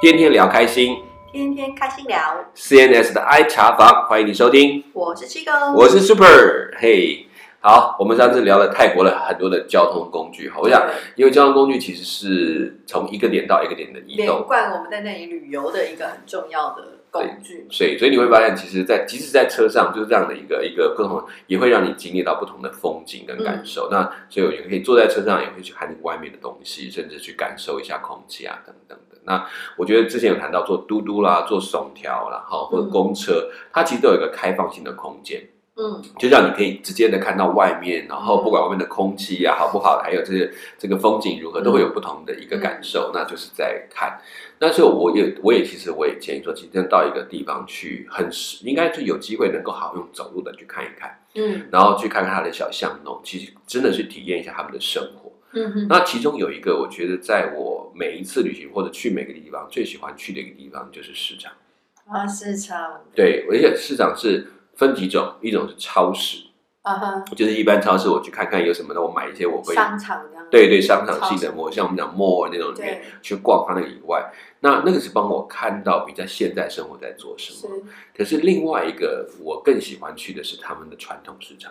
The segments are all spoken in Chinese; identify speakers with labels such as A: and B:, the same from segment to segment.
A: 天天聊开心
B: 天天开心聊，
A: ，CNS 的 I 茶房，欢迎你收听，
B: 我是七哥，
A: 我是 Super，嘿，好，我们上次聊了泰国的很多的交通工具，我想，因为交通工具其实是从一个点到一个点的移
B: 连
A: 动，
B: 贯我们在那里旅游的一个很重要的工具。
A: 所以所以你会发现，其实在，即使在车上，就是这样的一个一个不同，也会让你经历到不同的风景跟感受。那所以我也可以坐在车上，也会去看外面的东西，甚至去感受一下空气啊等等的。那我觉得之前有谈到坐嘟嘟啦、坐耸条啦，哈，或者
B: 嗯
A: 公车，它其实都有一个开放性的空间。
B: 嗯，
A: 就让你可以直接的看到外面，然后不管外面的空气啊好不好，还有这些这个风景如何，都会有不同的一个感受。那就是在看，那所以我也我也其实我也建议说，今天到一个地方去，很实应该是有机会能够好用走路的去看一看，
B: 嗯
A: 然后去看看它的小巷弄，其实真的去体验一下他们的生活。
B: 嗯哼，
A: 那其中有一个，我觉得在我每一次旅行或者去每个地方最喜欢去的一个地方就是市场。
B: 啊，市场
A: 对，而且市场是分几种，一种是超市。
B: 啊哈，
A: 就是一般超市我去看看有什么的，我买一些我会
B: 商场这样子。
A: 对对商场性
B: 超市
A: 的，我像我们讲 mall 那种里面
B: 对，
A: 去逛它那个以外，那那个是帮我看到比较现代生活在做什
B: 是
A: 么。可是另外一个我更喜欢去的是他们的传统市场，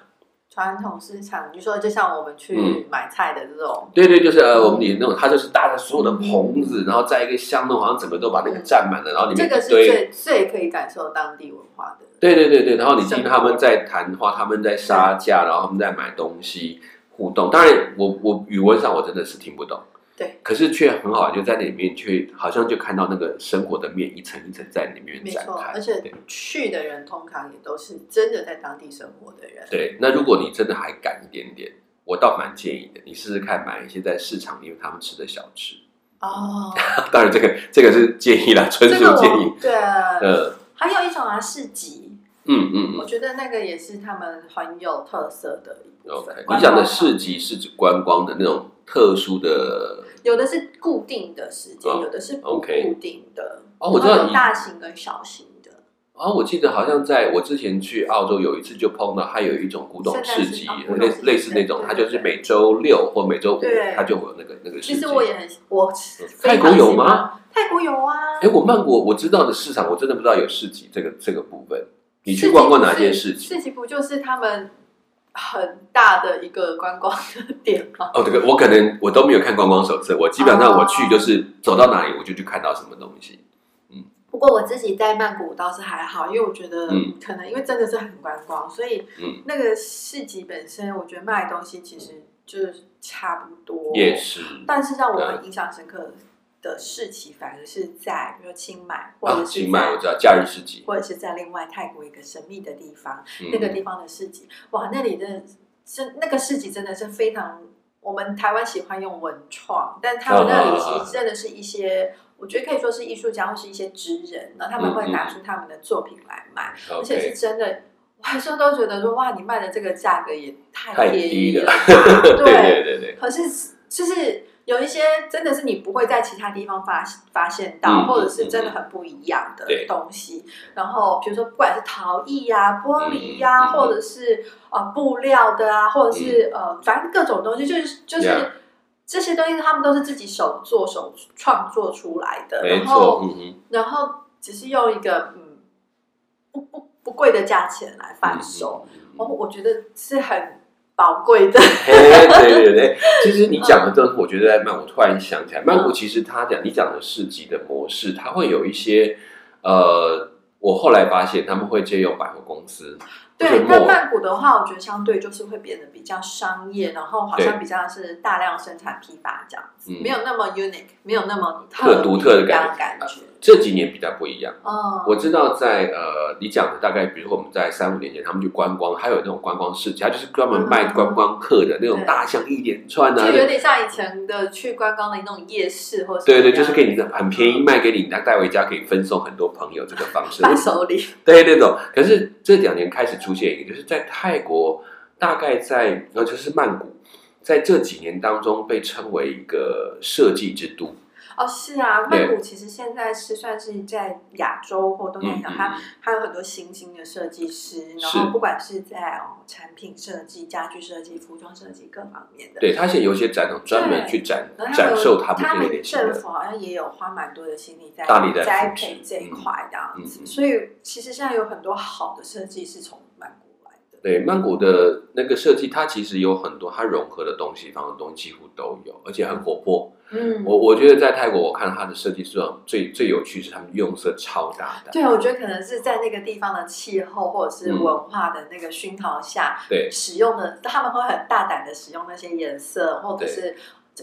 B: 传统市场，你说就像我们去
A: 嗯
B: 买菜的这种，
A: 对对，就是呃我们也那种，它就是搭着所有的棚子，然后在一个巷弄，好像整个都把那个占满了，然后里面
B: 嗯这个
A: 一
B: 是
A: 堆。
B: 最最可以感受当地文化的。
A: 对对对对，然后你听
B: 生活
A: 他们在谈话，他们在杀价，然后他们在买东西互动。当然我，我语文上我真的是听不懂，
B: 对，
A: 可是却很好玩，就在里面去，好像就看到那个生活的面一层一层在里面
B: 没
A: 展
B: 错，
A: 开。
B: 而且
A: 对
B: 去的人通常也都是真的在当地生活的人。
A: 对，那如果你真的还敢一点点，我倒蛮建议的，你试试看买一些在市场里面他们吃的小吃。
B: 哦，
A: 当然，这个这个是建议啦，纯
B: 这个
A: 属建议
B: 我。对啊，
A: 呃，
B: 还有一种啊市集，
A: 嗯嗯
B: 我
A: 嗯。
B: 觉得那个也是他们很有特色的一部
A: OK，
B: 分。
A: 你讲的市集是指观光的那种特殊的
B: 有的是固定的时间，
A: 哦
B: 有的是不
A: OK
B: 固定的。
A: 哦我知道
B: 然后
A: 你
B: 有大型跟小型的。
A: 哦，我记得好像在我之前去澳洲有一次就碰到，它有一种古董市集
B: 圣诞市哦，古董
A: 类
B: 市集
A: 类似那种，
B: 对
A: 它就
B: 对
A: 是
B: 对
A: 每周六或每周五
B: 对，
A: 它就会有那个那个市
B: 其
A: 集。
B: 实我也很我
A: 泰国有吗？
B: 非常喜欢泰国有啊
A: 哎，，我曼谷我知道的市场，我真的不知道有市集这个这个部分。你
B: 市
A: 去
B: 集
A: 逛过
B: 不
A: 哪些
B: 是
A: 市集？
B: 市集不就是他们很大的一个观光的点吗？
A: 哦，这个我可能我都没有看观光手册，我基本上我去
B: 哦
A: 就是走到哪里我就去看到什么东西。
B: 不过我自己在曼谷倒是还好，因为我觉得
A: 嗯
B: 可能因为真的是很观光，所以
A: 嗯
B: 那个市集本身，我觉得卖的东西其实就是差不多。
A: 夜市啊
B: 但是让我很印象深刻的事情，反而是在比如说清迈，或
A: 啊，
B: 者
A: 清
B: 是
A: 迈
B: 在、
A: 我知道，假日市集，
B: 或者是在另外泰国一个神秘的地方，
A: 嗯
B: 那个地方的市集，哇，那里的是那个市集真的是非常，我们台湾喜欢用文创，但他们那里其实真的是一些。我觉得可以说是艺术家或是一些职人，然后他们会拿出他们的作品来
A: 嗯
B: 卖，而且是
A: OK，
B: 真的，我有时候都觉得说哇，你卖的这个价格也
A: 太
B: 太便宜
A: 低了
B: 了吧，
A: 对对对对，
B: 可是就是有一些真的是你不会在其他地方发发现到，
A: 嗯
B: 或者是真的很不一样的
A: 对
B: 东西。然后比如说不管是陶艺呀、玻璃呀、
A: 嗯嗯嗯
B: 或者是呃布料的啊，或者是、呃反正各种东西，就是就是。
A: Yeah
B: 这些东西他们都是自己手做手创作出来的，
A: 没
B: 然
A: 错，
B: 后
A: 嗯哼。
B: 然后只是用一个嗯不不不贵的价钱来贩售，
A: 嗯。嗯嗯嗯
B: 我、我觉得是很宝贵的。
A: 嘿对对对，其实你讲的都是，我觉得在曼谷突然想起来，曼谷其实它讲你讲的市集的模式，它会有一些呃，我后来发现他们会借用百货公司，
B: 对，
A: 那
B: 那曼谷的话，我觉得相对就是会变得比较商业，然后好像比较是大量生产批发这样子，
A: 嗯
B: 没有那么 unique，没有那么
A: 特独特的
B: 别
A: 感觉
B: 感觉。
A: 这几年比较不一样。
B: 嗯，
A: 我知道在呃，你讲的大概，比如说我们在三五年前，他们去观光，还有那种观光市集，它就是专门卖
B: 嗯
A: 观光客的那种
B: 对
A: 大象一连串啊，
B: 就
A: 那
B: 有点像以前的去观光的那种夜市，或者
A: 对对，就是给你
B: 的
A: 很便宜卖给你，你带回家可以分送很多朋友这个方式。
B: 伴手礼。
A: 对那种。可是这两年开始出现一个，就是在泰国，大概在呃，就是曼谷，在这几年当中被称为一个设计之都。
B: 哦，是啊，曼谷其实现在是算是在亚洲或东
A: 嗯
B: 南亚，它它嗯有很多新兴的设计师，然
A: 是
B: 后不管是在哦产品设计、家具设计、服装设计各方面的。
A: 对，他现在有一些展览专门去展
B: 然后他
A: 展
B: 们
A: 售他们
B: 他
A: 这类
B: 们
A: 类型
B: 政
A: 的，
B: 府好像也有花蛮多的心力在
A: 大力在
B: 栽
A: 扶持
B: 培这一块这样子，
A: 嗯嗯嗯
B: 所以其实现在有很多好的设计是从曼谷来的。
A: 对曼谷的那个设计，它其实有很多它融合的东西，方的东西几乎都有，而且很活泼。
B: 嗯
A: 我我觉得在泰国，我看它的设计师上最最有趣是他们用色超大胆，
B: 对，我觉得可能是在那个地方的气候或者是文化的那个熏陶下，
A: 对
B: 使用的他们会很大胆的使用那些颜色，或者
A: 对
B: 是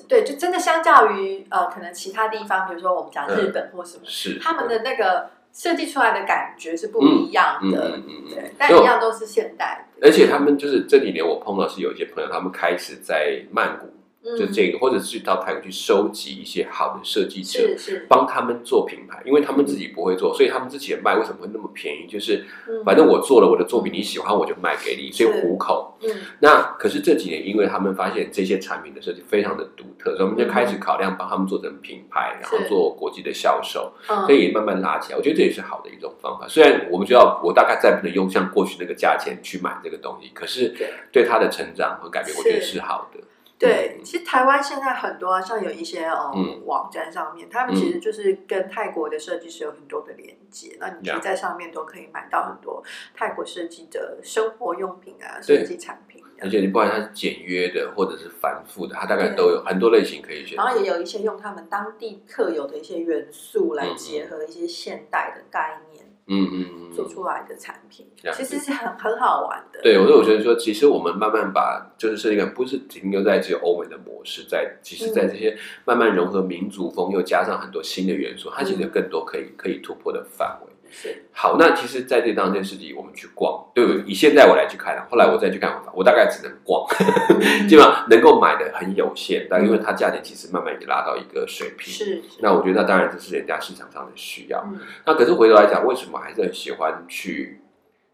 B: 对，就真的相较于呃，可能其他地方，比如说我们讲
A: 嗯
B: 日本或什么，
A: 是
B: 他们的那个设计出来的感觉是不一样
A: 嗯
B: 的，
A: 嗯嗯嗯
B: 对，，但
A: 因为
B: 一
A: 我
B: 样都是现代的，
A: 而且他们就是这几年我碰到是有一些朋友，他们开始在曼谷
B: 嗯
A: 就这个，或者是到泰国去收集一些好的设计者，
B: 是是，
A: 帮他们做品牌，因为他们自己不会做，所以他们自己的卖为什么会那么便宜？就是
B: 嗯
A: 反正我做了我的作品，你喜欢我就卖给你，所以
B: 是
A: 糊口。
B: 嗯
A: 那可是这几年，因为他们发现这些产品的设计非常的独特，所以我们就开始考量帮他们做成品牌，然后
B: 是
A: 做国际的销售，
B: 嗯
A: 所以也慢慢拉起来。我觉得这也是好的一种方法。虽然我们知道我大概再不能用像过去那个价钱去买这个东西，可是
B: 对
A: 对它的成长和改变，我觉得
B: 是
A: 是好的。
B: 对
A: 嗯，
B: 其实台湾现在很多像有一些哦、
A: 嗯
B: 网站上面，他们其实就是跟泰国的设计师有很多的连接，那你就
A: Yeah
B: 在上面都可以买到很多泰国设计的生活用品啊、
A: 对
B: 设计产品这
A: 而
B: 样。
A: 且你不管它是简约的，或者是繁复的，它大概
B: 对
A: 都有很多类型可以选
B: 嗯然后
A: 择。
B: 也有一些用他们当地特有的一些元素来结合一些现代的概念
A: 嗯嗯嗯，
B: 做出来的产品，
A: Yeah
B: 其实是很很好玩的。
A: 对，我所以我觉得说，其实我们慢慢把就是设计感不是停留在只有欧美的模式，在其实，
B: 嗯
A: 在这些慢慢融合民族风，又加上很多新的元素，它其实
B: 嗯
A: 有更多可以可以突破的范围。
B: 是，
A: 好，那其实在这当件事情，我们去逛，对以现在我来去看，啊后来我再去看，我大概只能逛， 基本上能够买的很有限，但因为它价钱其实慢慢也拉到一个水平。
B: 嗯是，
A: 那我觉得那当然这是人家市场上的需要。
B: 嗯
A: 那可是回头来讲，为什么还是很喜欢去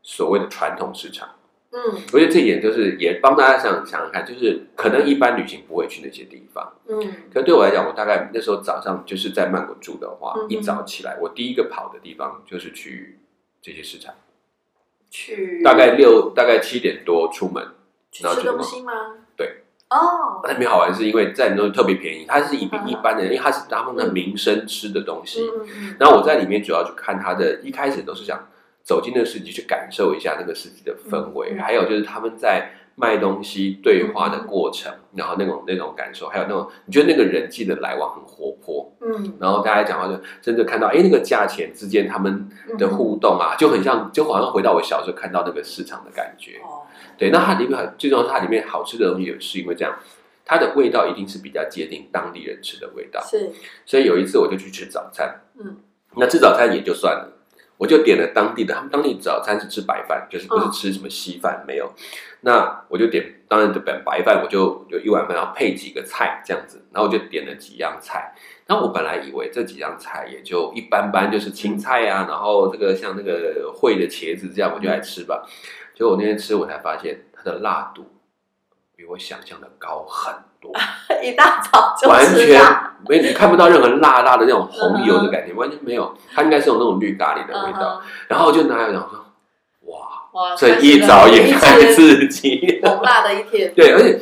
A: 所谓的传统市场？
B: 嗯
A: 我觉得这一点就是也帮大家想想想看，就是可能一般旅行不会去那些地方。
B: 嗯，
A: 可对我来讲，我大概那时候早上就是在曼谷住的话，
B: 嗯哼
A: 一早起来我第一个跑的地方就是去这些市场，
B: 嗯去
A: 大概六大概七点多出门。
B: 去
A: 然后
B: 吃
A: 就
B: 东西吗？
A: 对，
B: 哦，
A: 那边好玩是因为在那边特别便宜，它是一比
B: 嗯
A: 一般的，因为它是他们的民生吃的东西。
B: 嗯嗯
A: 然后我在里面主要去看它的，一开始都是想走进那个市集去感受一下那个市集的氛围，
B: 嗯嗯嗯
A: 还有就是他们在卖东西对话的过程，然后那种那种感受，还有那种你觉得那个人际的来往很活泼，
B: 嗯
A: 然后大家讲话就真的看到，哎，那个价钱之间他们
B: 嗯
A: 的互动啊，就很像，就好像回到我小时候看到那个市场的感觉。
B: 哦，
A: 对，那它里面很最重要，它里面好吃的东西也是因为这样。它的味道一定是比较接近当地人吃的味道，
B: 是
A: 所以有一次我就去吃早餐，
B: 嗯
A: 那吃早餐也就算了，我就点了当地的，他们当地早餐是吃白饭，就是不是
B: 嗯
A: 吃什么稀饭、没有。那我就点，当然就本白饭，我就有一碗饭，然后配几个菜这样子，然后我就点了几样菜。那我本来以为这几样菜也就一般般，就是青菜啊，然后这个像那个烩的茄子这样，我就来吃吧。结果我那天吃，我才发现它的辣度比我想象的高很多。
B: 一大早就
A: 完
B: 吃
A: 全
B: 辣，
A: 没，你看不到任何辣辣的那种红油的感觉，完全没有。它应该是有那种绿咖喱的味道。
B: 嗯
A: 然后我就拿来想说，哇，
B: 哼，哇，
A: 这一早也太刺激了。
B: 红辣的一天，
A: 对，而且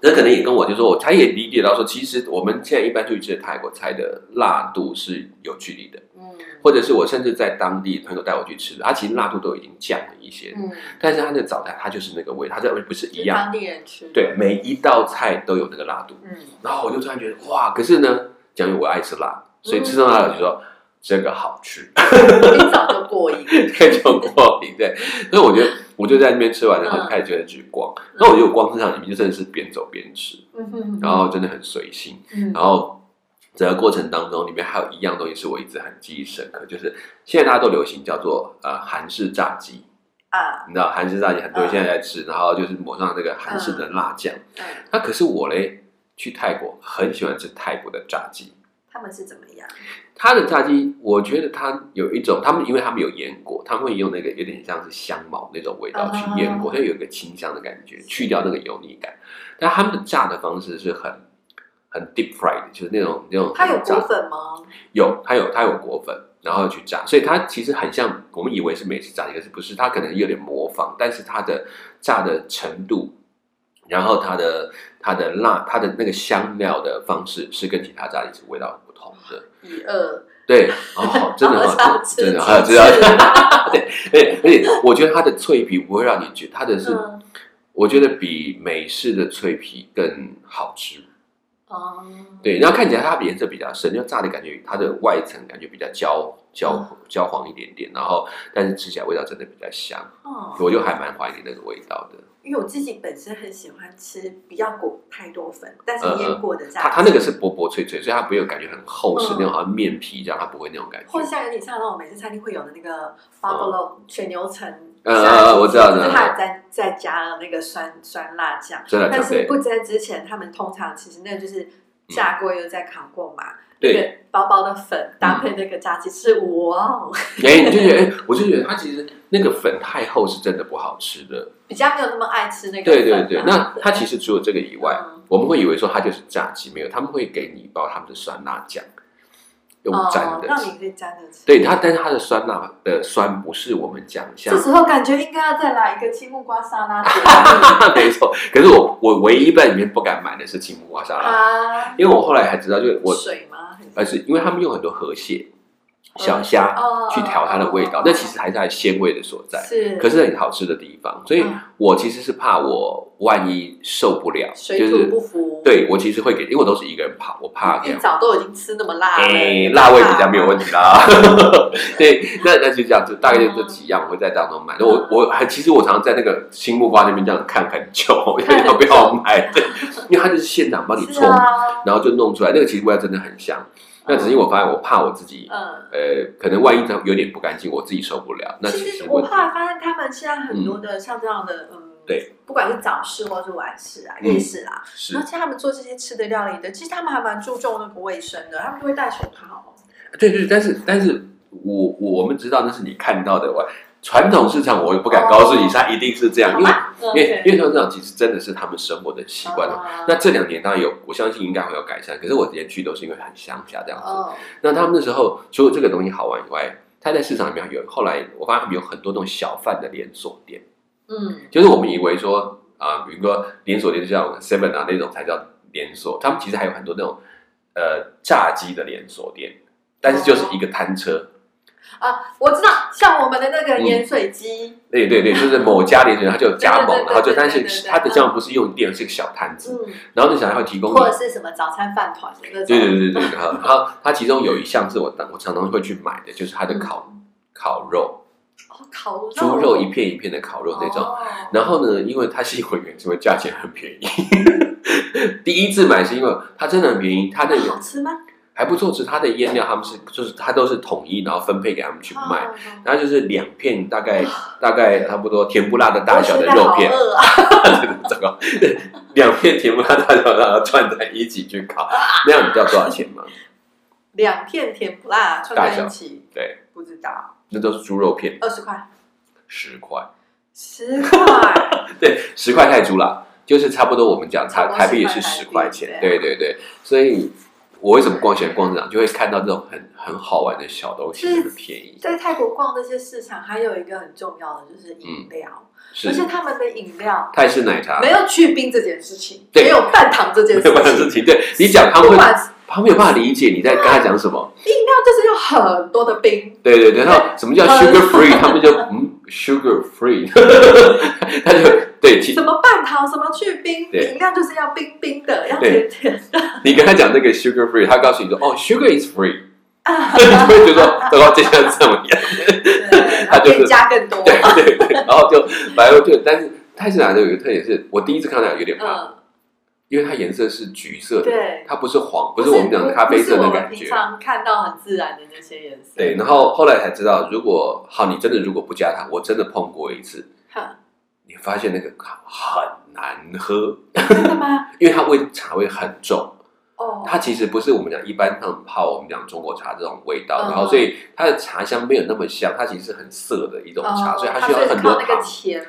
A: 那可能也跟我就说，我他也理解到说，其实我们现在一般去吃的泰国菜的辣度是有距离的，
B: 嗯
A: 或者是我甚至在当地朋友带我去吃的，它其实辣度都已经降了一些，
B: 嗯，
A: 但是它的早餐它就是那个味，它这不是一
B: 是
A: 样，
B: 当地人吃，
A: 对，，每一道菜都有那个辣度。
B: 嗯
A: 然后我就突然觉得哇，可是呢，讲我爱吃辣，所以吃上辣了就说、这个好吃，
B: 一早就过瘾，
A: 这种过瘾对。所以我觉得我就在那边吃完，然后
B: 嗯
A: 就开始觉得去逛。然后我就逛市场里面，就真的是边走边吃，
B: 嗯哼，
A: 然后真的很随性。
B: 嗯
A: 然后整个过程当中，里面还有一样东西是我一直很记忆深刻，就是现在大家都流行叫做呃韩式炸鸡。
B: 啊
A: 你知道韩式炸鸡很多人
B: 嗯
A: 现在在吃，然后就是抹上那个韩式的辣酱。
B: 嗯，
A: 那、可是我嘞，去泰国很喜欢吃泰国的炸鸡。
B: 他们是怎么样？
A: 它的炸鸡，我觉得它有一种，他们因为他们有腌过，他们会用那个有点像是香茅那种味道去腌过，
B: 啊
A: 所以有一个清香的感觉，去掉那个油腻感。但他们的炸的方式是很很 deep fried，就是那种那种
B: 它有
A: 炸
B: 果粉吗？
A: 有，它有它有果粉，然后去炸，所以它其实很像我们以为是美式炸鸡，可是不是，它可能有点模仿，但是它的炸的程度，然后它的它的辣，它的那个香料的方式是跟其他炸鸡是味道不同的。
B: 一二，
A: 对，哦，真 的
B: 好
A: 好
B: 想
A: 吃，
B: 吃
A: 真的好
B: 鸡
A: 吃，
B: 翅
A: 对，而且我觉得它的脆皮不会让你觉得它的 是，
B: 嗯，
A: 我觉得比美式的脆皮更好吃。
B: 哦，
A: 对，然后看起来它的颜色比较深，就炸的感觉，它的外层感觉比较焦焦
B: 嗯
A: 焦黄一点点，然后但是吃起来味道真的比较香，
B: 哦，
A: 我就还蛮怀念那个味道的。
B: 因为我自己本身很喜欢吃不要裹太多粉，但是
A: 嗯嗯
B: 腌过的炸
A: 它
B: 鸡，
A: 它那个是薄薄脆脆，所以它不会有感觉很厚实
B: 嗯
A: 那种，好像面皮这样，它不会那种感觉
B: 或。像有点像那种美式餐厅会有的那个 buffalo 全牛层
A: 嗯
B: 炸
A: 哦嗯
B: 鸡，
A: 嗯我知道
B: 就
A: 知
B: 是
A: 道
B: 它再再加了那个酸酸辣酱，
A: 真的
B: 但
A: 对嗯
B: 是不蒸之前，他们通常其实那就是炸过又再烤过嘛，
A: 对，嗯
B: 那个薄薄的粉搭配那个炸鸡翅，哇哦，
A: 哎，你就觉得，哎，我就觉得它其实那个粉太厚是真的不好吃的。
B: 比较没有那么爱吃那个
A: 对
B: 粉
A: 对
B: 啊。
A: 对，那它其实除了这个以外，
B: 嗯
A: 我们会以为说它就是炸鸡，没有，他们会给你一包他们的酸辣酱，用
B: 哦
A: 沾，的
B: 那你可以沾着吃。
A: 对它，但是它的酸辣的酸不是我们讲像
B: 这，时候感觉应该要再来一个青木瓜沙 拉点
A: 没错。可是我我唯一在里面不敢买的是青木瓜沙拉，
B: 啊，
A: 因为我后来还知道，就是我
B: 水吗？还是
A: 而是因为他们用很多河蟹、小虾
B: 哦
A: 去调它的味道
B: 哦，
A: 那其实还是它的鲜味的所在，
B: 是，
A: 可是很好吃的地方。所以
B: 嗯
A: 我其实是怕我万一受不了，就
B: 水土
A: 是
B: 不服。
A: 对我其实会给，因为我都是一个人跑，我怕给
B: 一早都已经吃那么辣了，
A: 哎，辣味比较没有问题啦。 对，那那就这样，就大概就这几样，我会在当中买。那我我还其实我常常在那个青木瓜那边这样看很久， 因为要不要买？对，因为它就是现场帮你
B: 是
A: 冲，
B: 啊，
A: 然后就弄出来，那个其实味道真的很香。那只是因为我发现，我怕我自己，
B: 嗯。
A: 呃，可能万一它有点不干净，我自己受不了。那
B: 其
A: 实
B: 实我
A: 问
B: 后来发现，他们现在很多的像这样的，嗯，
A: 对，
B: 不管是早市或是晚市啊、
A: 嗯
B: 夜市啊，
A: 是
B: 然后，其实他们做这些吃的料理的，其实他们还蛮注重那个卫生的，他们就会戴手套。
A: 对对，但是但是我我我们知道那是你看到的，我传统市场我也不敢告诉你，
B: 哦
A: 它一定是这样，因为
B: 因
A: 因为因为传统市场其实真的是他们生活的习惯哦。
B: 啊
A: 那这两年当然有，我相信应该会有改善。可是我连去都是因为很乡下这样子。
B: 哦，
A: 那他们那时候除了这个东西好玩以外，它在市场里面有，后来我发现他们有很多那种小贩的连锁店，
B: 嗯，
A: 就是我们以为说啊、比如说连锁店就像 Seven 啊那种才叫连锁，他们其实还有很多那种呃炸鸡的连锁店，但是就是一个摊车。
B: 啊，我知道，像我们的那个
A: 嗯
B: 盐水鸡，
A: 对对对，就是某家连锁店，它就有加盟，
B: 嗯对对对
A: 然后就
B: 对对
A: 但
B: 对对
A: 是
B: 对
A: 它的加盟不是用店，是个小摊子，
B: 嗯，
A: 然后那小摊会提供你
B: 或者是什么早餐饭团的那种，
A: 对对对对，然后然后它其中有一项是我当我常常会去买的，就是它的烤烤肉，
B: 嗯哦，烤肉，
A: 猪肉一片一片的烤肉那种。
B: 哦，
A: 然后呢，因为它吸引我原因是因为价钱很便宜。 第一次买是因为它真的很便宜，它的
B: 好吃吗？
A: 还不错吃，它的腌料他们是就是它都是统一，然后分配给他们去卖。
B: 哦，
A: 然后就是两片大 概大概差不多甜不辣的大小的肉片
B: 我现在好，饿啊，
A: 糟糕，两片甜不辣大小的然后串在一起去烤，那样你知道多少钱吗？
B: 两片甜不辣串
A: 大
B: 在
A: 小
B: 一起，
A: 对，
B: 不知道，
A: 那都是猪肉片，
B: 二十块。
A: 十块，
B: 十块，
A: 对，十块泰铢啦，就是差不多我们讲台
B: 差不多
A: 台币也是十
B: 10
A: 块
B: 块
A: 钱，
B: 钱
A: 对对对，所以我为什么逛喜欢逛市场，就会看到这种很很好玩的小东西，
B: 是
A: 很便宜，
B: 在泰国逛这些市场，还有一个很重要的就是饮料，而且
A: 嗯是
B: 他们的饮料
A: 泰式奶茶，
B: 没有去冰这件事情，
A: 对
B: 没有半糖这件
A: 没
B: 事情，
A: 有办法事情，对你讲他们
B: 不
A: 会
B: 管
A: 他没有办法理解你在跟他讲什么，
B: 饮料就是有很多的冰，
A: 对对对，然后什么叫 sugar free，他 们就嗯 sugar free，他就对，其
B: 什么半糖，什么去冰，
A: 对
B: 饮料就是要冰冰的，要
A: 对
B: 甜甜的。
A: 你跟他讲那个 sugar free，他告诉你说哦 sugar is free，你
B: 啊
A: 会觉得糟糕，这下怎么样？
B: 对
A: 它
B: 然后
A: 就是
B: 可以加更多，
A: 对 对对，然后就白肉就，但是泰式奶茶有一个特点是，我第一次看到有点怕，
B: 嗯，
A: 因为它颜色是橘色的，
B: 对，
A: 它不是黄，不是我们讲的咖啡色
B: 不
A: 的
B: 是我们
A: 感
B: 平
A: 觉。
B: 常看到很自然的那些颜色。
A: 对，然后后来才知道，如果好，你真的如果不加糖，我真的碰过一次，
B: 哈
A: 你发现那个很难喝，
B: 真的吗？
A: 因为它味茶味很重，
B: 哦，
A: 它其实不是我们讲一般那种泡我们讲中国茶这种味道，
B: 嗯
A: 然后所以它的茶香没有那么香，它其实是很涩的一种茶，
B: 哦
A: 所以它需要
B: 是
A: 很多
B: 靠那
A: 糖
B: 个。甜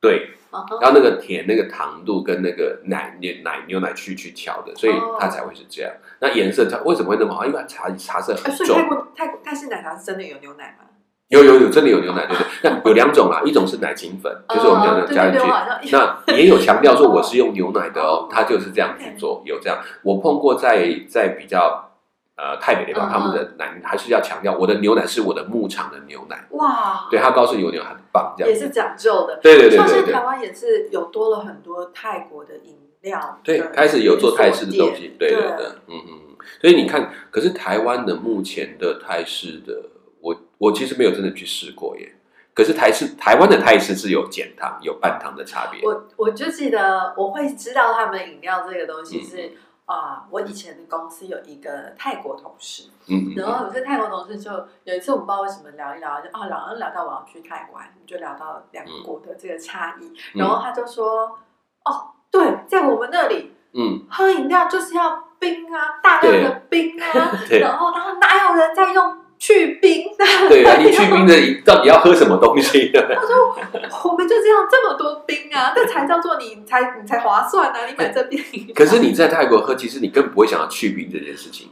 A: 对，
B: 嗯哼
A: 然后那个甜、那个糖度跟那个奶牛奶牛奶去去调的，所以
B: 哦
A: 它才会是这样。那颜色它为什么会那么好？因为它茶茶色
B: 呃
A: 很
B: 所以
A: 重
B: 泰，国泰国泰式奶茶是真的有牛奶吗？
A: 有有有真的有牛奶，对不对？ 那有两种啦，一种是奶精粉，嗯就是我们讲
B: 哦
A: 的
B: 对
A: 加
B: 对
A: 进
B: 对
A: 去
B: 我。好像
A: 那也有强调说我是用牛奶的哦
B: 哦，
A: 他就是这样去做，有这样。我碰过在在比较呃泰北的地方，
B: 嗯
A: 他们的奶还是要强调我的牛奶是我的牧场的牛奶，
B: 哇，
A: 对他告诉牛牛很棒这
B: 也
A: 样。
B: 是讲究的。
A: 对对对
B: 像
A: 对
B: 现在
A: 对
B: 台湾也是有多了很多泰国的饮料，
A: 对，开始有做泰式的东西，对
B: 对
A: 对对，嗯嗯。所以你看，可是台湾的目前的泰式的，我我其实没有真的去试过耶。可是台式台湾的泰式是有减糖、有半糖的差别，
B: 我我就记得我会知道他们饮料这个东
A: 嗯
B: 西是啊、我以前的公司有一个泰国同事，
A: 嗯嗯
B: 然
A: 嗯，
B: 后有些泰国同事就有一次我们不知道为什么聊一聊，就哦，然后聊到我要去泰国玩，我们就聊到两
A: 嗯
B: 国的这个差异，然后他就说哦，对，在我们那里
A: 嗯，
B: 喝饮料就是要冰啊，大量的冰啊，
A: 对
B: 然后然后哪有人在用去冰的？
A: 对啊，你去冰的到底要喝什么东西？
B: 我们就这样这么多冰啊，这才叫做你你才你才划算啊！你买这边，
A: 可是你在泰国喝，其实你根本不会想要去冰这件事情。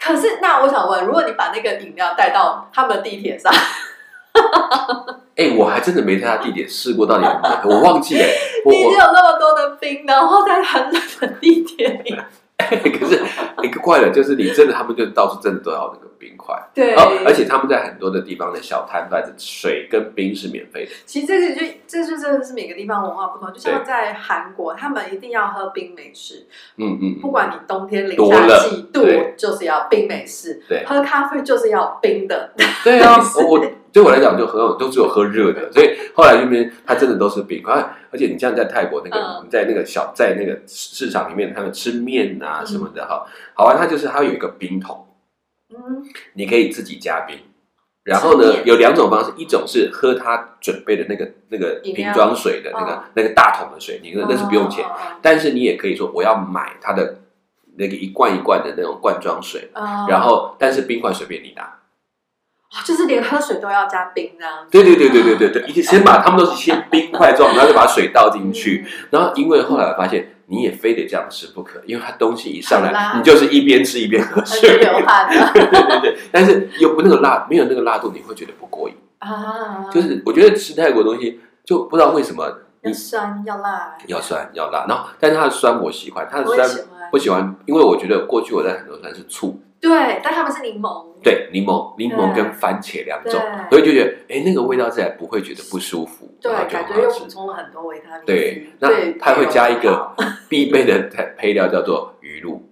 B: 可是那我想问，如果你把那个饮料带到他们地铁上，
A: 哎、我还真的没在他地点试过，到底有没有？我忘记了。我
B: 你已经有
A: 我
B: 那么多的冰，然后在很冷的地铁 里，
A: 哦可是一个怪了，就是你真的，他们就到处真的都要那个冰块，
B: 对，
A: 然后而且他们在很多的地方的小摊贩的水跟冰是免费的。
B: 其实这个就这就真的是每个地方文化不同，就像
A: 对
B: 在韩国，他们一定要喝冰美式，
A: 嗯嗯，嗯
B: 不管你冬天零
A: 多
B: 下
A: 冷
B: 几度
A: 对，
B: 就是要冰美式，
A: 对
B: 喝咖啡就是要冰的，
A: 对啊，
B: 是
A: 我我对我来讲就很有都只有喝热的，所以后来那边它真的都是冰块，啊而且你像在泰国那个、
B: 嗯
A: 在那个小在那个市场里面，他们吃面啊
B: 嗯
A: 什么的哈，好玩，它就是它有一个冰桶。
B: 嗯，
A: 你可以自己加冰。然后
B: 吃
A: 呢，
B: 面
A: 有两种方式，一种是喝他准备的那个那个
B: 饮料
A: 瓶装水的那个、
B: 哦
A: 那个大桶的水，你那那是不用钱。
B: 哦，
A: 但是你也可以说我要买它的那个一罐一罐的那种罐装水，
B: 哦
A: 然后但是冰块随便你拿。
B: 哦就是连喝水都要加冰这样子，
A: 对对对对对对对，一先把它们都是先冰块状，然后就把水倒进去。
B: 嗯
A: 然后因为后来我发现你也非得这样吃不可，因为它东西一上来，
B: 很辣
A: 你就是一边吃一边喝
B: 很
A: 水。
B: 流汗的
A: 对对对，但是又不那个辣，没有那个辣度，你会觉得不过瘾。
B: 啊，
A: 就是我觉得吃泰国东西就不知道为什么
B: 要酸要辣，
A: 要酸要辣，然后但是它的酸我喜欢，它的
B: 我也
A: 酸
B: 喜欢
A: 我，喜欢，因为我觉得过去我在很多酸是醋，
B: 对，但他们是柠檬，
A: 对，柠檬柠檬
B: 对
A: 跟番茄两种，所
B: 对
A: 以就觉得哎那个味道自然不会觉得不舒服，
B: 对
A: 然后，就
B: 感
A: 很
B: 觉
A: 好
B: 又
A: 吃
B: 补。充了很多维他命 C，
A: 对，
B: 对
A: 那它会加一
B: 对我好
A: 个必备的配配料叫做鱼露，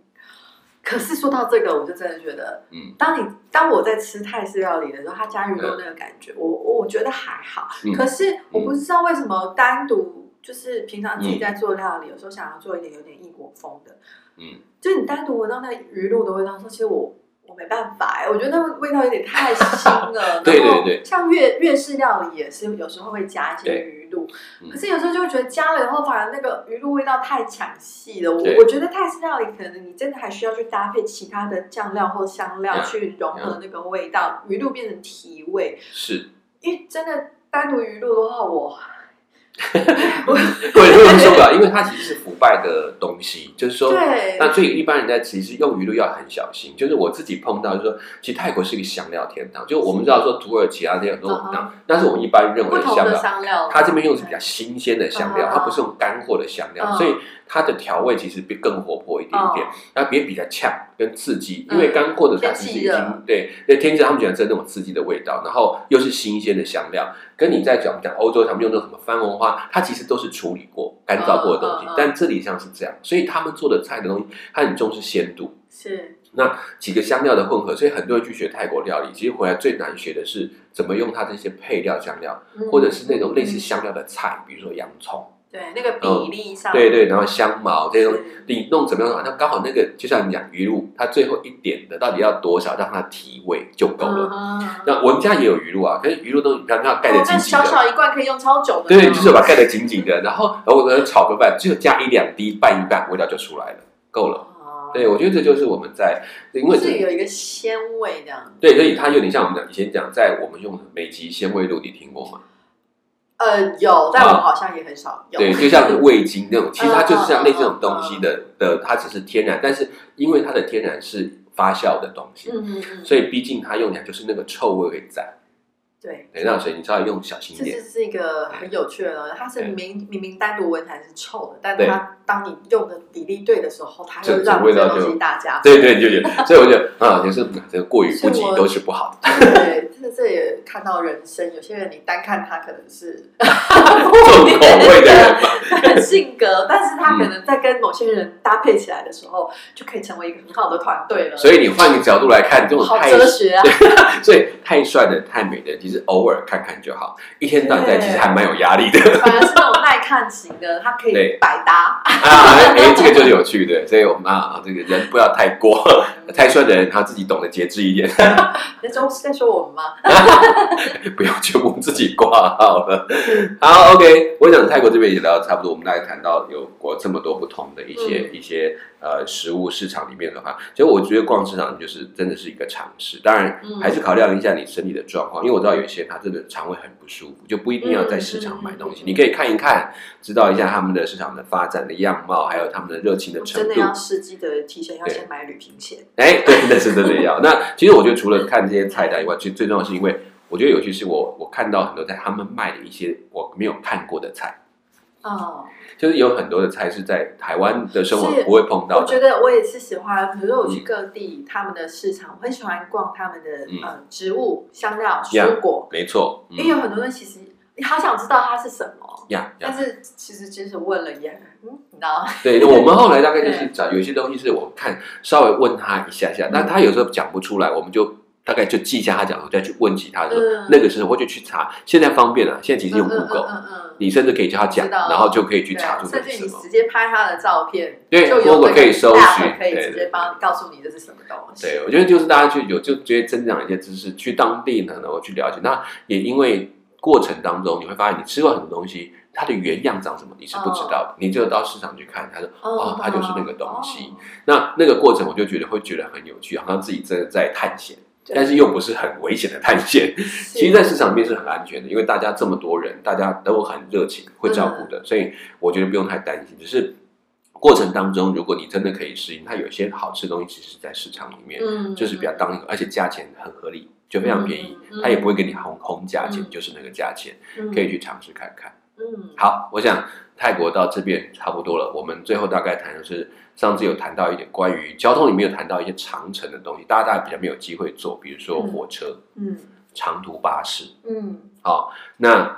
B: 可是说到这个，我就真的觉得，
A: 嗯
B: 当你当我在吃泰式料理的时候，它加鱼肉那个感觉，我我我觉得还好。
A: 嗯
B: 可是我不知道为什么单独就是平常自己在做料理，有时候想要做一点有点异国风的，
A: 嗯，
B: 就是你单独闻到那个鱼露的味道，说其实我。我没办法哎、我觉得那味道有点太腥 了。
A: 对
B: 然后
A: 对对
B: 像粤粤式料理也是有时候会加一些
A: 对
B: 鱼露，
A: 嗯
B: 可是有时候就会觉得加了以后，反而那个鱼露味道太抢戏了。我
A: 对
B: 我觉得泰式料理可能你真的还需要去搭配其他的酱料或香料
A: Yeah，
B: 去融合那个味道，鱼露变成提味。
A: 是，
B: 因为真的单独鱼露的话，我
A: 对，因为受不了，因为它其实是腐败的东西，就是说，
B: 对
A: 那所以一般人在其实用鱼露要很小心，就是我自己碰到，就是说，其实泰国是一个香料天堂，就我们知道说土耳其啊那些很多文
B: 嗯
A: 档，但是我们一般认
B: 不
A: 为
B: 同
A: 香
B: 的
A: 料，
B: 香料，
A: 它这边用的是比较新鲜的香料，
B: 嗯
A: 它不是用干货的香料，
B: 嗯
A: 所以它的调味其实比更活泼一点点
B: 嗯，
A: 那别比较呛跟刺激，
B: 嗯
A: 因为干货的它其实已
B: 天气
A: 经
B: 热
A: 对，那天气他们喜欢吃那种刺激的味道，然后又是新鲜的香料，跟你在讲讲欧洲他们用那种什么番红花，它其实都是处理过、干燥过的东西
B: 嗯嗯嗯，
A: 但这里像是这样，所以他们做的菜的东西，它很重视鲜度。
B: 是
A: 几个香料的混合，所以很多人去学泰国料理，其实回来最难学的是怎么用它这些配料香料，
B: 嗯
A: 或者是那种类似香料的菜，比如说洋葱，
B: 对那个比例上，
A: 嗯对对，然后香茅这些东西，
B: 是
A: 你弄怎么样？那刚好那个就像你讲鱼露，它最后一点的到底要多少让它提味就够了。
B: 嗯
A: 那我们家也有鱼露啊，可是鱼露都你看它盖得
B: 哦
A: 紧
B: 那
A: 紧
B: 小
A: 的。
B: 小一罐可以用超久的呢，
A: 对，就是把它盖得紧紧的，然后然后我炒个饭，只有加一两滴拌一拌，味道就出来了，够了。
B: 哦
A: 对，我觉得这就是我们在，因为
B: 就
A: 这
B: 是有一个鲜味这样。
A: 对，所以它有点像我们讲以前讲，在我们用的美极鲜味露，你听过吗？
B: 呃，有，但我好像也很少用。
A: 哦对，就像是味精那种，其实它就是像类似这种东西
B: 嗯
A: 的的，它只是天然，但是因为它的天然是发酵的东西，
B: 嗯嗯嗯，
A: 所以毕竟它用起来就是那个臭味会在。
B: 对，
A: 对，那所以你稍微用小心一
B: 这
A: 点哎
B: 是。是一个很有趣的东西，它是
A: 对
B: 明明明单独闻起来是臭的，但
A: 对
B: 它当你用的比例对的时候，它
A: 这
B: 会让
A: 这味
B: 这
A: 道
B: 东
A: 就
B: 西大家
A: 对对，你就觉得，所以我觉得啊，也是这个过于不及
B: 是我
A: 都是不好的，
B: 对，这这也看到人生，有些人你单看他可能是
A: 重
B: 重
A: 口味的人嘛。
B: 性格，但是他可能在跟某些人搭配起来的时候，就可以成为一个很好的团队了。
A: 所以你换个角度来看，这种
B: 好
A: 太
B: 哲学啊！
A: 所以太帅的、太美的，其实偶尔看看就好，一天到晚在
B: 对
A: 其实还蛮有压力的
B: 反而是那种耐看型的，他可
A: 对
B: 以百搭。
A: 啊。哎，这个就是有趣的，所以我们啊，这个人不要太过， 太帅的人他自己懂得节制一点，
B: 那时候是在说我们吗？
A: 不要全部自己挂号了。好，OK，我想泰国这边也聊得差不多，我们大概谈到有过这么多不同的一些、
B: 嗯
A: 一些呃食物市场里面的话，其实我觉得逛市场就是真的是一个尝试，当然
B: 嗯
A: 还是考量一下你身体的状况，因为我知道有一些人他真的肠胃很不舒服，就不一定要在市场买东西，
B: 嗯嗯嗯
A: 你可以看一看，知道一下他们的市场的发展的样貌，还有他们的热情的
B: 我
A: 程
B: 哦真的
A: 度。
B: 要实际的提前要
A: 对
B: 先买旅行险。
A: 哎，对，那是真的要。那其实我觉得除了看这些菜单以外，最最重要的是因为我觉得有趣是我我看到很多在他们卖的一些我没有看过的菜，
B: 哦，
A: 就是有很多的菜是在台湾的生活
B: 是
A: 不会碰到
B: 我
A: 的。
B: 觉得我也是喜欢，比如说我去各地他们的市场，我很喜欢逛他们的
A: 嗯
B: 呃植物、香料、
A: 呀
B: 蔬果，
A: 没错，
B: 因为有
A: 嗯，
B: 很多东西其实你好想知道它是什么。
A: 呀呀
B: 但，是其实即使问了也，嗯，你知道，
A: 对，我们后来大概就是找有一些东西是我看稍微问他一下下，
B: 嗯
A: 但他有时候讲不出来，我们就大概就记一下他讲的，再去问其他的时候，
B: 嗯
A: 那个时候或者去查。现在方便了，现在其实用
B: 嗯嗯
A: Google，、
B: 嗯嗯嗯，
A: 你甚至可以叫他讲，
B: 知道
A: 然后就可以去
B: 对
A: 查出那
B: 甚
A: 是
B: 至
A: 什
B: 你
A: 么。
B: 直接拍他的照片，
A: 对
B: 就有
A: Google
B: 那个
A: 可以搜寻
B: app 可以
A: 对
B: 直接帮告诉你这是什么东西。
A: 对，我觉得就是大家去有就直接增长一些知识，去当地呢，然后去了解。那也因为过程当中，你会发现你吃过很多东西，它的原样长什么你是不知道的，你只有到市场去看，它说哦，它就是那个东西。
B: 哦
A: 那那个过程，我就觉得会觉得很有趣，好像自己真的在探险，
B: 对
A: 但是又不是很危险的探险。其实，在市场里面是很安全的，因为大家这么多人，大家都很热情，会照顾的，所以我觉得不用太担心。只是过程当中，如果你真的可以适应，它有些好吃的东西，其实是在市场里面。
B: 嗯
A: 就是比较当一个，而且价钱很合理，就非常便宜
B: 嗯嗯，嗯
A: 它也不会给你红红价钱，
B: 嗯
A: 就是那个价钱，
B: 嗯
A: 可以去尝试看看。
B: 嗯，
A: 好，我想泰国到这边差不多了，我们最后大概谈的是上次有谈到一点关于交通里面有谈到一些长程的东西，大家大家比较没有机会坐，比如说火车、
B: 嗯
A: 长途巴士。
B: 嗯
A: 好，那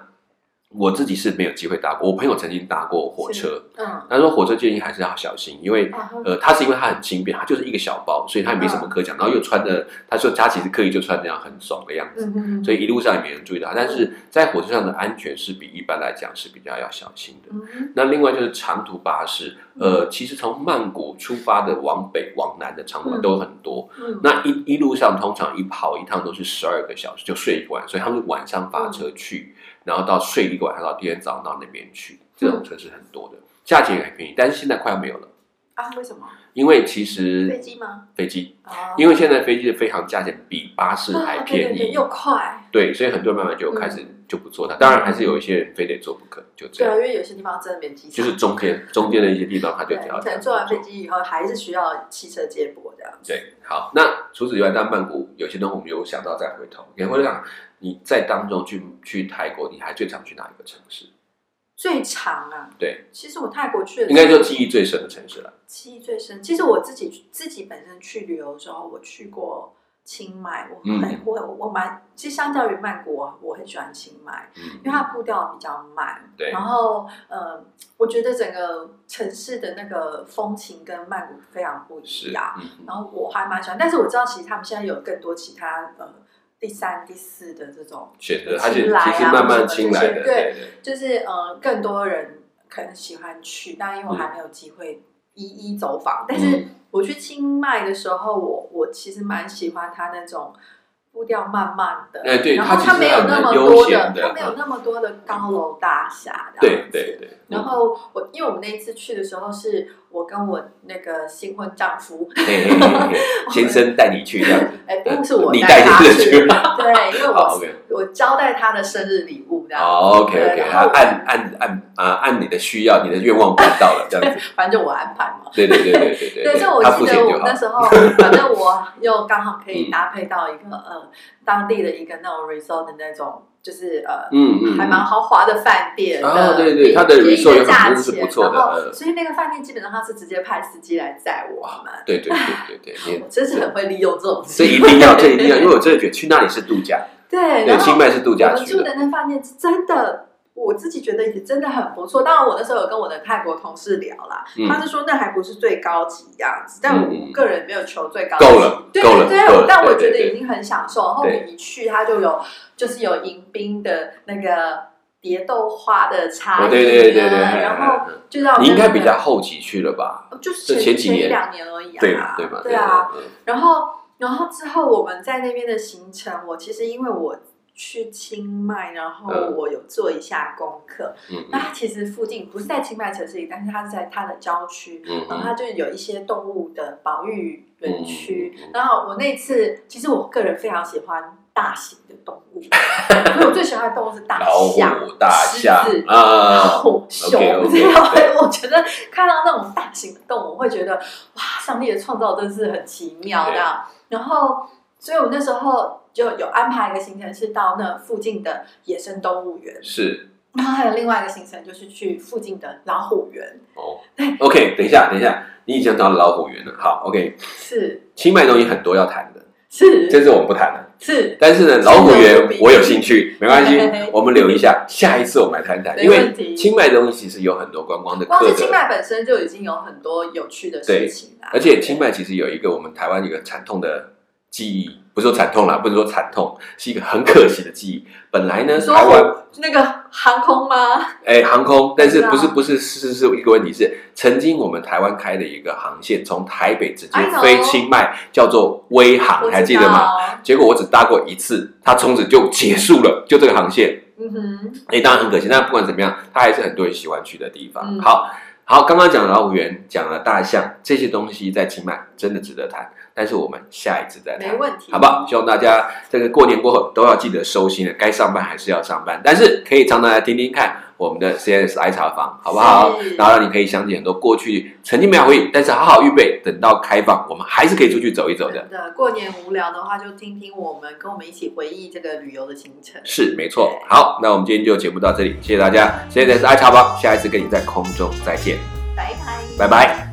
A: 我自己是没有机会搭过，我朋友曾经搭过火车，
B: 嗯，
A: 他说火车建议还是要小心，因为
B: 啊
A: 呃，它是因为它很轻便，它就是一个小包，所以它也没
B: 嗯
A: 什么可讲。然后又穿的，他说他其实刻意就穿这样很怂的样子，
B: 嗯
A: 所以一路上也没人注意到。但是在火车上的安全是比一般来讲是比较要小心的。
B: 嗯
A: 那另外就是长途巴士，呃，其实从曼谷出发的往北往南的长途巴士都很多。
B: 嗯
A: 那一一路上通常一跑一趟都是十二个小时，就睡一晚，所以他们是晚上发车去，
B: 嗯
A: 然后到睡一个晚上，到第二天早上到那边去，这种车是很多的，价钱也很便宜，但是现在快要没有了。
B: 啊，为什么嗯啊
A: 因为其实
B: 飞机吗？
A: 飞机，
B: 啊，
A: 嗯因为现在飞机的飞航价钱比巴士还
B: 啊
A: 便
B: 对对对
A: 宜，
B: 又快，
A: 对，所以很多人慢慢就开始就不坐它。当然，还是有一些人非得坐不可，就这
B: 对啊，
A: 样，
B: 因为有些地方真的没机
A: 就
B: 场，
A: 是中间中间的一些地方，他就
B: 对，
A: 只
B: 你
A: 要
B: 可
A: 这
B: 能
A: 样
B: 坐完飞
A: 做
B: 机以后还是需要汽车接驳这样子。
A: 对，好，那除此以外，但曼谷有些东西我们有想到再回头，也会让你在当中去去泰国，你还最常去哪一个城市？
B: 最长啊，
A: 对，
B: 其实我泰国去的
A: 应该就记忆最深的城市了。
B: 记忆最深。其实我自己自己本身去旅游的时候，我去过清迈，我
A: 嗯
B: 很、我我蛮，其实相较于曼谷，我我很喜欢清迈，
A: 嗯
B: 因为它步调比较慢，
A: 对
B: 然后呃，我觉得整个城市的那个风情跟曼谷非常不
A: 是
B: 一，样，
A: 嗯，
B: 然后我还蛮喜欢，但是我知道其实他们现在有更多其他呃第三、第四的这种
A: 选择它是
B: 青来
A: 其
B: 啊
A: 实慢慢
B: 什么这些
A: 清来的，
B: 对
A: 对对。
B: 就是呃，更多人可能喜欢去，但因
A: 嗯
B: 为我还没有机会一一走访。但是我去清迈的时候，我我其实蛮喜欢它那种步调慢慢的，
A: 哎对
B: 然后
A: 它其实
B: 没有
A: 很
B: 那么
A: 悠
B: 多
A: 闲的嗯
B: 它没有那么多的高楼大厦，这样
A: 对
B: 子
A: 对对，
B: 然后我因为我们那一次去的时候是，我我跟我那个新婚丈夫，
A: 嘿嘿嘿嘿，先生带你去这样子，
B: 哎，不是我
A: 呃你
B: 带
A: 带
B: 他
A: 先生去，
B: 去，对，因为
A: 好
B: 我
A: ，OK，
B: 我招待他的生日礼物这样，
A: 好，OK
B: 对
A: OK，
B: 然后我
A: 按按按啊，按你的需要，你的愿望办到了这样子，
B: 反正就我安排嘛。
A: 对对对对对对
B: 对，
A: 对
B: 所以我
A: 他
B: 记
A: 付钱
B: 得我
A: 就好嗯
B: 那，时候，反正我又刚好可以搭配到一个呃当地的一个那种 resort 的那种，就是呃
A: 嗯嗯，
B: 还蛮豪华的饭店的，
A: 啊对对
B: 便宜
A: 它的
B: 便宜
A: resort 有很多
B: 价
A: 是不
B: 钱
A: 错的
B: 然后
A: 呃
B: 所以那个饭店基本上他是直接派司机来载我们，
A: 对对对对对，你
B: 我真是很会利用这种事
A: 这
B: 情。
A: 一定要，这一定要，因为我真的觉得去那里是度假，
B: 对，
A: 对，
B: 然后
A: 清迈是度
B: 我
A: 假
B: 们
A: 区
B: 住
A: 的，
B: 的那饭店是真的，我自己觉得也真的很不错。当然，我那时候有跟我的泰国同事聊啦，
A: 嗯
B: 他是说那还不是最高级样子，但
A: 嗯
B: 我
A: 嗯
B: 个人没有求最高级，
A: 够了
B: 对
A: 够了
B: 对
A: 够了
B: 但我觉
A: 对
B: 得
A: 对对
B: 已经很享受。然后我
A: 对
B: 一去，他就有就是有迎宾的那个蝶豆花的茶饮、啊，
A: 哦对对对对对，
B: 然后
A: 嗯嗯
B: 就让我
A: 你应该
B: 跟
A: 比
B: 那
A: 较
B: 个
A: 后期去了吧？
B: 就
A: 是
B: 是前
A: 前几年
B: 一两年而已啊，
A: 对嘛对嘛，
B: 对啊，，
A: 嗯
B: 然后，然后之后我们在那边的行程，我其实因为我去清迈，然后
A: 嗯
B: 我有做一下功课。
A: 嗯
B: 那它其实附近不是在清迈城市里，但是它是在它的郊区，
A: 嗯
B: 然
A: 嗯
B: 后它就有一些动物的保育园区。
A: 嗯嗯嗯
B: 然后我那次，其实我个人非常喜欢大型的动 物，所以我最喜欢的动物是大
A: 老
B: 象、
A: 虎、大象
B: 狮子
A: 啊，
B: 后熊，
A: OK，OK，
B: 你知 道吗
A: 对？
B: 我觉得看到那种大型的动物，我会觉得哇，上帝的创造真是很奇妙
A: 对
B: 的。然后，所以我那时候就有安排一个行程，是到那附近的野生动物园，
A: 是
B: 然后还有另外一个行程就是去附近的老虎园。
A: 哦。OK，等一下，等一下，你已经到老虎园了。好，OK，
B: 是
A: 清迈东西很多要谈的，
B: 是
A: 这次我们不谈了。
B: 是，
A: 但是呢，老虎园我有兴趣，没关 系
B: 嘿嘿嘿，
A: 我们留一下，下一次我们来谈谈。
B: 没
A: 因
B: 问
A: 为
B: 题
A: 清迈东西其实有很多观光的
B: 光
A: 课
B: 是清
A: 程，
B: 迈本身就已经有很多有趣的事
A: 对
B: 情啦。
A: 而且清哎迈其实有一个我们台湾有一个惨痛的记忆，不是说惨痛啦，不能说惨痛，是一个很可惜的记忆。本来呢，
B: 你说
A: 台湾
B: 我那个航空吗？
A: 哎，航空，但是
B: 是啊
A: 不是不是是是是一个问题是，曾经我们台湾开的一个航线，从台北直接
B: I know
A: 飞清迈，叫做威航，
B: 哎我
A: 你还记得吗？
B: 吗？
A: 结果我只搭过一次，它从此就结束了，就这个航线。
B: 嗯哼，
A: 哎，当然很可惜，但不管怎么样，它还是很多人喜欢去的地方。
B: 嗯
A: 好好，刚刚讲了老虎园，讲了大象，这些东西在清迈真的值得谈，但是我们下一次再谈
B: 没。问题，
A: 好不好？？希望大家这个过年过后都要记得收心了，该上班还是要上班，但是可以常常来听听看我们的 CNSI 茶房，好不好
B: 是？
A: 然后让你可以想起很多过去曾经没有回忆，但是好好预备，等到开放，我们还是可以出去走一走的。
B: 真的，过年无聊的话，就听听我们，跟我们一起回忆这个旅游的行程。
A: 是，没错。好，那我们今天就节目到这里，谢谢大家。CNSI 茶房，下一次跟你在空中再见，
B: 拜拜，
A: 拜拜。